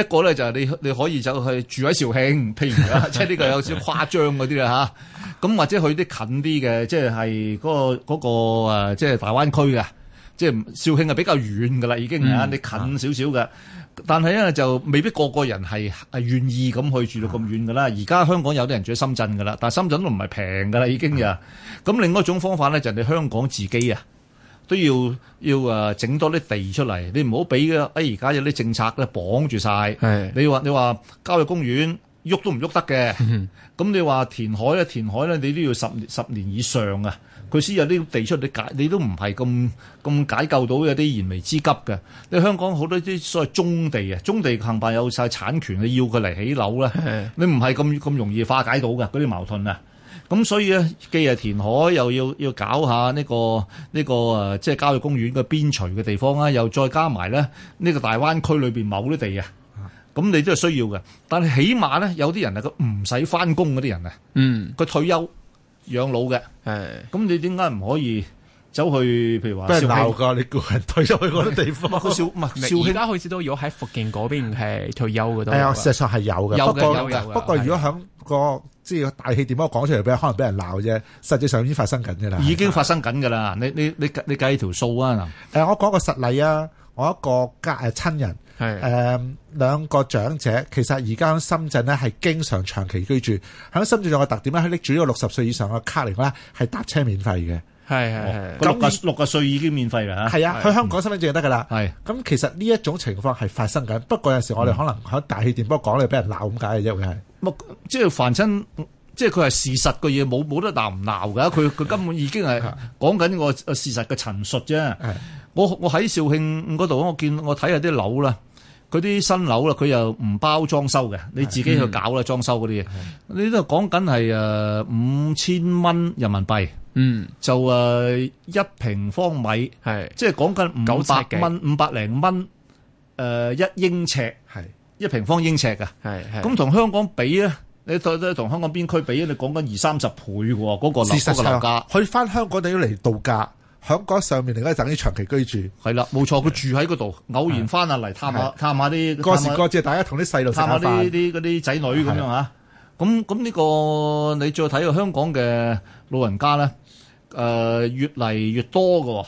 一個咧就係你你可以就去住喺肇慶，譬如 啊，即係呢個有少少誇張嗰啲啦吓，咁或者去啲近啲嘅，即係係嗰個嗰個呃即係大灣區嘅，即係肇慶係比較遠㗎啦，已經啊，你近少少嘅。但係咧就未必個個人係係願意咁去住到咁遠㗎啦。而家香港有啲人住喺深圳㗎啦，但係深圳都唔係平㗎啦，已經呀。咁另外一種方法咧就係你香港自己啊。都要要誒整多啲地出嚟，你唔好俾嘅。誒而家有啲政策咧綁住晒。係你話你話郊野公園喐都唔喐得嘅，咁你話填海咧，填海咧，你都要十年十年以上啊，佢先有啲地出你解，你都唔係咁咁解救到有啲燃眉之急嘅。你香港好多啲所謂棕地啊，棕地行辦有晒產權，你要佢嚟起樓咧。你唔係咁咁容易化解到嘅嗰啲矛盾啊。咁所以咧，既係填海，又要要搞下呢、個呢、個誒，即係郊野公園嘅邊陲嘅地方啦，又再加埋咧呢個大灣區裏邊某啲地啊，咁你都係需要嘅。但係起碼咧，有啲人啊，佢唔使翻工嗰啲人啊，嗯佢退休養老嘅，係。咁你點解唔可以走去譬如話俾人肇鬧慶？㗎，你叫人退咗去嗰啲地方。佢肇唔係咪肇而慶家好似都有喺福建嗰邊係退休嘅都有 係啊，啊。事實上係有嘅，有嘅不過有嘅不過如果響個即係大氣點樣講出嚟，俾人可能俾人鬧啫。實際上已經發生緊嘅啦。已經發生緊㗎啦？你你你計你計條數啊誒，我講個實例啊，我一個家誒親人。誒、係兩個長者其實而家喺深圳咧係經常長期居住，喺深圳有個特點咧，佢拎住呢個六十歲以上嘅卡嚟講咧係搭車免費嘅，係係哦嗱，係佢六個六個歲已經免費啦嚇，係啊，去香港身份證就得㗎啦。係。咁其實呢一種情況係發生緊，不過有時我哋可能喺大氣電波講你俾人鬧咁解嘅啫，會係冇啊即係凡親，即係佢係事實嘅嘢，冇冇得鬧唔鬧㗎。佢佢根本已經係啊講緊個事實嘅陳述啫係。我我喺肇慶嗰度，我見我睇下啲樓啦，佢啲新樓啦，佢又唔包裝修嘅，你自己嗯去搞啦，裝修嗰啲嘢。你呢度講緊係誒五千蚊人民幣，嗯就誒一平方米，係即係講緊五九尺百幾蚊，五百零蚊誒一英尺，係一平方英尺㗎。係係咁同香港比咧，你對對同香港邊區比咧，你講緊二三十倍嘅喎，嗰、個樓事嗰實哦個樓上價，去翻香港你要嚟度假，響嗰上面嚟講等於長期居係啦，冇錯，佢住喺嗰度，偶然翻啊嚟探下探下啲住，過時探下過節大家同啲細路食探下下啲飯，啲嗰啲仔女咁樣嚇。咁咁呢個你再睇下香港嘅老人家咧，誒、越嚟越多嘅喎。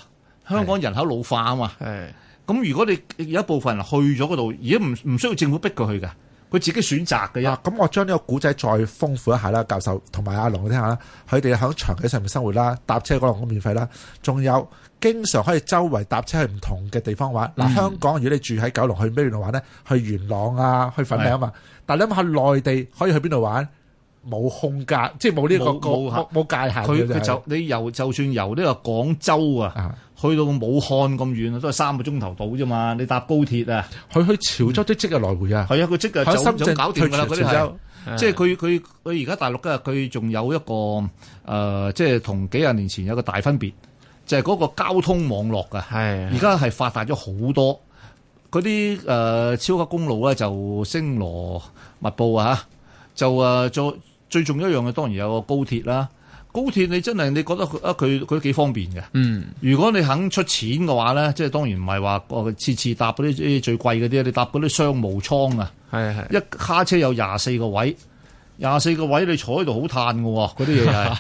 香港人口老化啊嘛，係咁如果你有一部分人去咗嗰度，而家唔唔需要政府逼佢去嘅，佢自己選擇嘅啫啊。咁我將呢個古仔再豐富一下啦，教授同埋阿龍你聽下啦，佢哋喺長期上面生活啦，搭車嗰度咁免費啦，仲有經常可以周圍搭車去唔同嘅地方玩。嗱、香港如果你住喺九龍，去邊度玩呢？去元朗啊，去粉嶺啊嘛。但你諗下內地可以去邊度玩？冇空間，即係冇呢個冇冇冇冇界限佢嘅佢係就你由就算由呢個廣州啊。啊，去到武漢咁遠啊都係三個鐘頭到啫嘛。你搭高鐵啊，佢去潮州都即日來回啊，係啊，佢即係喺就深咁圳搞掂㗎啦，去嗰潮啲係州。即係佢佢佢而家大陸嘅佢仲有一個誒、呃即係同幾廿年前有個大分別，就係、嗰個交通網絡㗎。而係家係發達咗好多，嗰啲誒超級公路咧啊就星羅密布啊，就誒最、最重要一樣嘅當然有個高鐵啦。高鐵你真係你覺得佢啊佢佢都幾方便嘅。嗯如果你肯出錢嘅話咧，即係當然唔係話哦次次搭嗰啲最貴嗰啲，你搭嗰啲商務艙啊，係係一卡車有廿四個位，廿四個位你坐喺度好嘆嘅喎，嗰啲嘢係。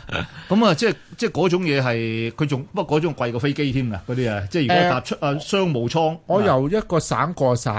咁啊，即係即係嗰種嘢係佢仲不過嗰種貴過飛機添啊，嗰啲啊，即係如果誒搭出啊商務艙，我由一個省過省，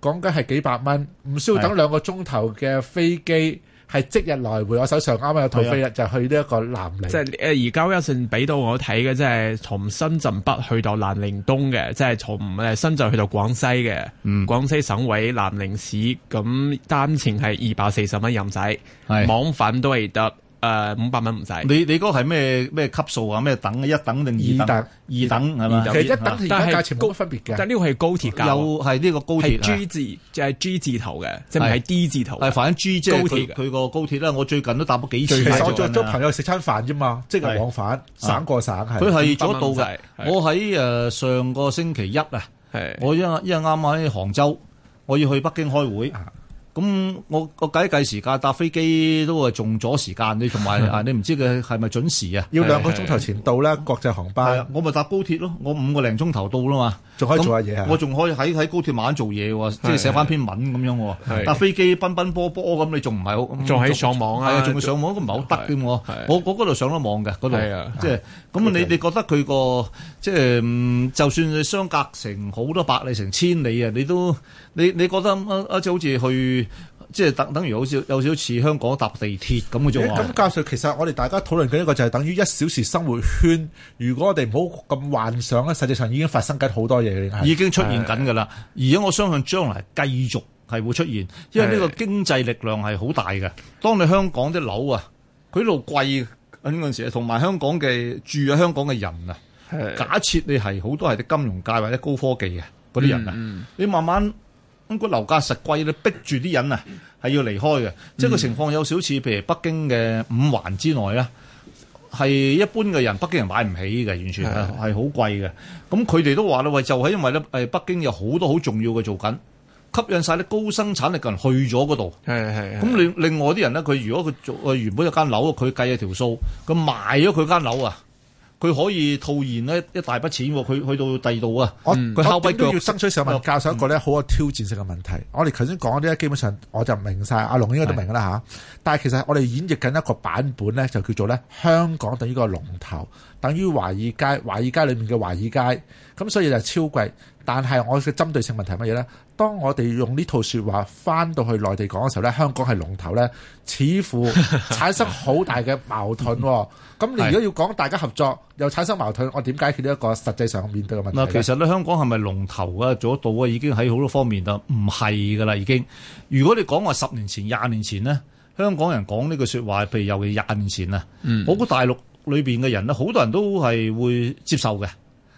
講緊係幾百蚊，唔需要等兩個鐘頭嘅飛機，係即日來回。我手上啱啱有套飛啦，就去呢一個南即寧。係诶，而家有陣俾到我睇嘅，即係從深圳北去到南寧東嘅，即係從诶深圳去到廣西嘅，嗯廣西省委南寧市咁單程係二百四十蚊任使，係往返都係得诶五百蚊唔使。你你嗰個係咩咩級數啊？咩等啊？一等定二等？二等係嘛？啊二等其實一等同但而係家價錢冇乜分別但嘅。呢個係高鐵價喎，又係呢個高啊係鐵啊 G 字就係 G 字頭嘅，即係唔係係 D 字頭啊嘅。係反正 G 即係高鐵佢嘅佢個高鐵啦。我最近都搭咗幾次其實我嘅。做咗朋友食餐飯啫嘛，即係係往返省過省係。佢係做得到五百蚊嘅制。係我喺誒上個星期一啊。係我因因為啱啱喺杭州，我要去北京開會啊，咁我我計一計時間搭飛機都係中咗時間，你同埋啊你唔知佢係咪準時啊？要兩個鐘頭前到啦，國際航係班啊，我咪搭高鐵咯，我五個零鐘頭到啦嘛，仲可以做下嘢我啊。仲可以喺喺高鐵晚做嘢喎，即係寫翻篇文咁樣喎。係搭飛機奔奔波波咁，你仲唔係好？仲喺上網啊係仲上網都唔係好得嘅喎。我係我嗰度上咗網嘅嗰係啊度，即係咁你你覺得佢個即係嗯就算你相隔成好多百里成千里啊，你都你你覺得啊啊即係好似去即係等等於好似有少少似香港搭地鐵咁嘅啫咦喎咁教授，其實我哋大家討論緊一個就係等於一小時生活圈。如果我哋唔好咁幻想咧，實際上已經發生緊好多嘢嘅。係已經出現緊㗎啦。而且我相信將來繼續係會出現，因為呢個經濟力量係好大嘅。當你香港啲樓啊，佢一路貴緊嗰陣時，同埋香港嘅住喺香港嘅人啊，假設你係好多係啲金融界或者高科技嘅嗰啲人啊，嗯你慢慢。咁個樓價實貴咧，逼住啲人啊係要離開嘅，即係個情況有少似譬如北京嘅五環之內啦，係一般嘅人，北京人買唔起嘅，完全係係好貴嘅。咁佢哋都話啦，喂，就係因為咧，誒北京有好多好重要嘅做緊，吸引晒啲高生產力嘅人去咗嗰度。係係咁另另外啲人咧，佢如果佢做誒原本有間樓，啊佢計一條數，佢賣咗佢間樓啊，佢可以套現咧一大筆錢喎。佢去到第二度啊，我佢敲我跛點都腳嗯要爭取上問教授一個咧好有挑戰性嘅問題。我哋頭先講嗰啲咧，基本上我就明晒，阿龍應該都明㗎嗯啦吓。但係其實我哋演繹緊一個版本咧，就叫做咧香港等於個龍頭，等於華爾街，華爾街裡面嘅華爾街。咁所以就超貴。但係我嘅針對性問題係乜嘢咧？當我哋用呢套説話翻到去內地講嘅時候咧，香港係龍頭咧，似乎 產生好大嘅矛盾喎。咁你係如果要講大家合作，又產生矛盾，我點解決呢一個實際上面對嘅問題嗱，呢？其實咧，香港係咪龍頭啊？做得到啊？已經喺好多方面啊，唔係噶啦，已經。如果你講話十年前、廿年前呢，香港人講呢句説話，譬如尤其廿年前啊，我估大陸裏邊嘅人咧，好多人都係會接受嘅、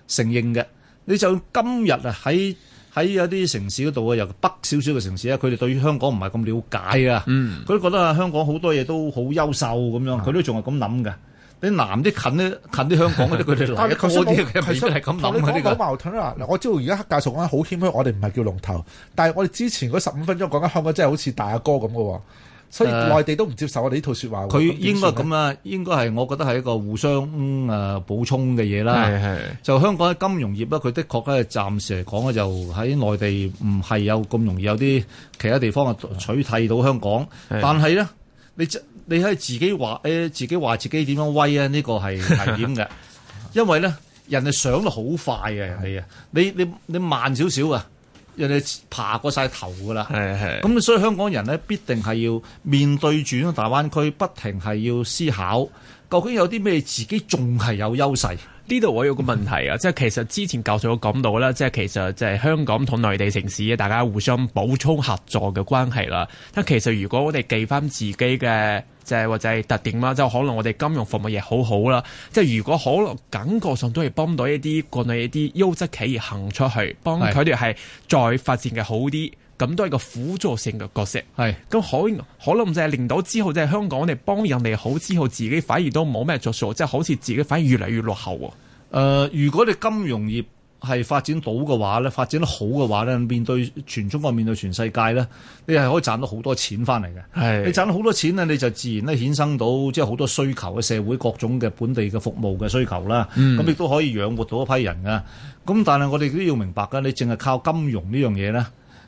承認嘅。你就今日啊，喺喺有啲城市嗰度啊，尤其北少少嘅城市啊咧，佢哋對於香港唔係咁了解啊，佢都覺得啊，香港好多嘢都好優秀咁樣，佢都仲係咁諗嘅。你南啲近啲近啲香港嗰啲，佢哋嚟但係得頭多先啲我嘅，佢哋係咁頭諗先嘅呢講個好。矛盾啦。嗱，我知道而家教授講啊緊好謙虛，我哋唔係叫龍頭，但係我哋之前嗰十五分鐘講緊香港真係好似大阿哥咁嘅喎，所以誒內地都唔接受我哋呢套説話喎。佢咁點應該算呢咁啦，應該係我覺得係一個互相誒、嗯呃、補充嘅嘢啦。係係就香港嘅金融業咧，佢的確咧暫時嚟講咧，就喺內地唔係有咁容易有啲其他地方啊取替到香港。但係咧，你真你喺自己話誒、呃自己話自己點樣威啊？呢、個 係危險嘅，因為咧人哋上得好快嘅人哋啊，你你你慢少少啊，人哋爬過晒頭㗎啦。係係咁所以香港人咧，必定係要面對住呢個大灣區，不停係要思考，究竟有啲咩自己仲係有優勢？呢度我有個問題啊，即係其實之前教授有講到啦，即係其實即係香港同內地城市啊大家互相補充合作嘅關係啦。但其實如果我哋記翻自己嘅即係或者係特點啦，即係可能我哋金融服務業好好啦，即係如果可能感覺上都係幫到一啲國內一啲優質企業行出去，幫佢哋係再發展嘅好啲。咁都係一個輔助性嘅角色。係咁可可能就係令到之後，即係香港我哋幫人哋好之後，自己反而都冇咩着數，即係好似自己反而越嚟越落後喎。誒、呃如果你金融業係發展到嘅話咧，發展得好嘅話咧，面對全中國、面對全世界咧，你係可以賺到好多錢翻嚟嘅。係你賺到好多錢咧，你就自然咧衍生到即係好多需求嘅社會各種嘅本地嘅服務嘅需求啦。咁亦都可以養活到一批人噶。咁但係我哋都要明白㗎，你淨係靠金融呢樣嘢咧，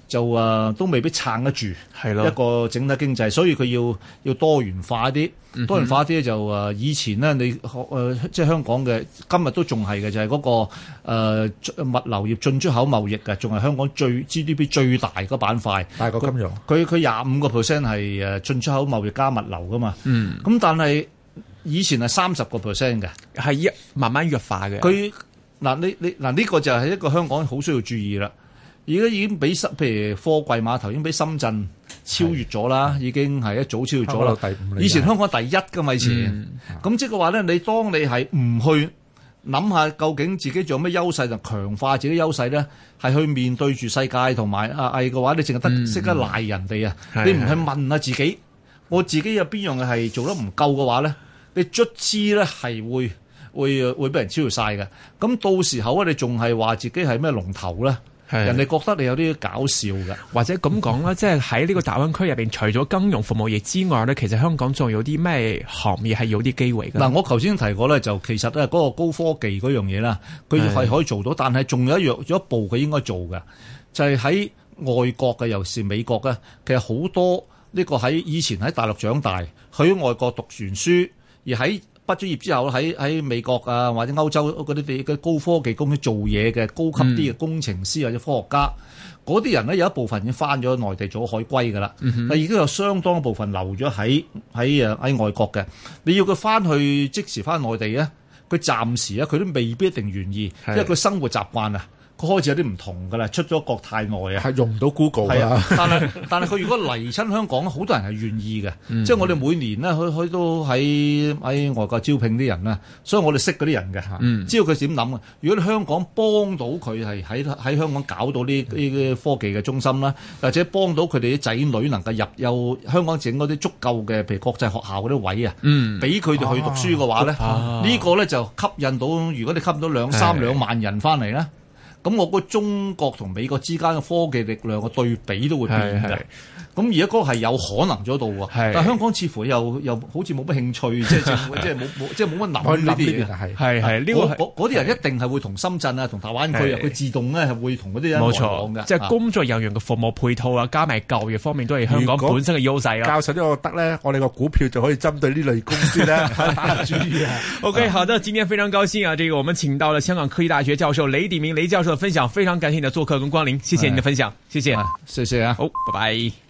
就誒、都未必撐得住。係一個整體經濟，所以佢要要多元化啲，多元化啲咧就誒、呃以前咧你學誒、呃即係香港嘅，今日都仲係嘅，就係、嗰、個、呃、物流業進出口貿易嘅，仲係香港最 GDP 最大嗰板塊。大過金融。佢佢廿五個 percent 係誒進出口貿易加物流噶嘛，咁、但係以前係三十個 percent 嘅。係一慢慢弱化嘅。佢嗱你你嗱呢、個就係一個香港好需要注意啦。而家已經俾深，譬如貨櫃碼頭已經俾深圳超越咗啦，已經係一早超越咗香港啦第五。嚟㗎以前香港第一噶嘛，以前咁、即係話咧，你當你係唔去諗下究竟自己仲有咩優勢，就強化自己優勢咧，係去面對住世界同埋啊係嘅話，你淨係得識得賴人哋啊，係你唔去問下自己，我自己有邊樣係做得唔夠嘅話咧，你卒之咧係會。會會俾人超越晒嘅，咁到時候啊，你仲係話自己係咩龍頭咧？係人哋覺得你有啲搞笑嘅。或者咁講啦，即係喺呢個大灣區入邊，除咗金融服務業之外咧，其實香港仲有啲咩行業係有啲機會嘅？嗱，我頭先提過咧，就其實咧嗰個高科技嗰樣嘢啦，佢係可以做到，但係仲有一樣，有一步佢應該做嘅，就係、喺外國嘅，尤其是美國嘅，其實好多呢個喺以前喺大陸長大，去咗外國讀完書，而喺畢咗業之後喺喺美國啊或者歐洲嗰啲地嘅高科技公司做嘢嘅高級啲嘅工程師或者科學家。嗰啲人咧有一部分已經翻咗內地做海歸㗎啦，但已經有相當部分留咗喺喺誒喺外國嘅。你要佢翻去即時翻內地咧，佢暫時啊咧佢都未必一定願意，係因為佢生活習慣啊，佢開始有啲唔同㗎啦，出咗國太耐啊。係用唔到 Google 係啊 啊，，但係但係佢如果嚟親香港，好多人係願意嘅，即係我哋每年咧，佢佢都喺喺外國招聘啲人啦，啊所以我哋識嗰啲人嘅，知道佢點諗嘅。啊如果你香港幫到佢係喺喺香港搞到呢呢啲科技嘅中心啦，或者幫到佢哋啲仔女能夠入有香港整嗰啲足夠嘅，譬如國際學校嗰啲位啊，嗯俾佢哋去讀書嘅話咧，啊呢個咧就吸引到，如果你吸引到兩三兩萬人翻嚟咧。咁我覺得中國同美國之間嘅科技力量嘅對比都會變係係嘅。咁而家嗰個係有可能做到喎，係但係香港似乎又又好似冇乜興趣，即係政 府即係冇冇即係冇乜我諗諗呢呢啲邊嘢。啊係啊係係呢個嗰係嗰嗰啲人一定係會同深圳啊、同大灣區啊，係佢自動咧係會同嗰啲人來冇往錯，嘅。即啊係工作人員嘅服務配套啊，加埋教育方面都係香港如果本身嘅優勢啊。教授呢個得咧，我哋個股票就可以針對呢類公司 咧打個主意啊。 OK，好的，今天非常高興啊，這個我們請到了香港科技大學教授雷鼎鳴雷教授的分享，非常感謝你的做客跟光临，謝謝你的分享，謝謝，啊謝謝啊。好，拜拜。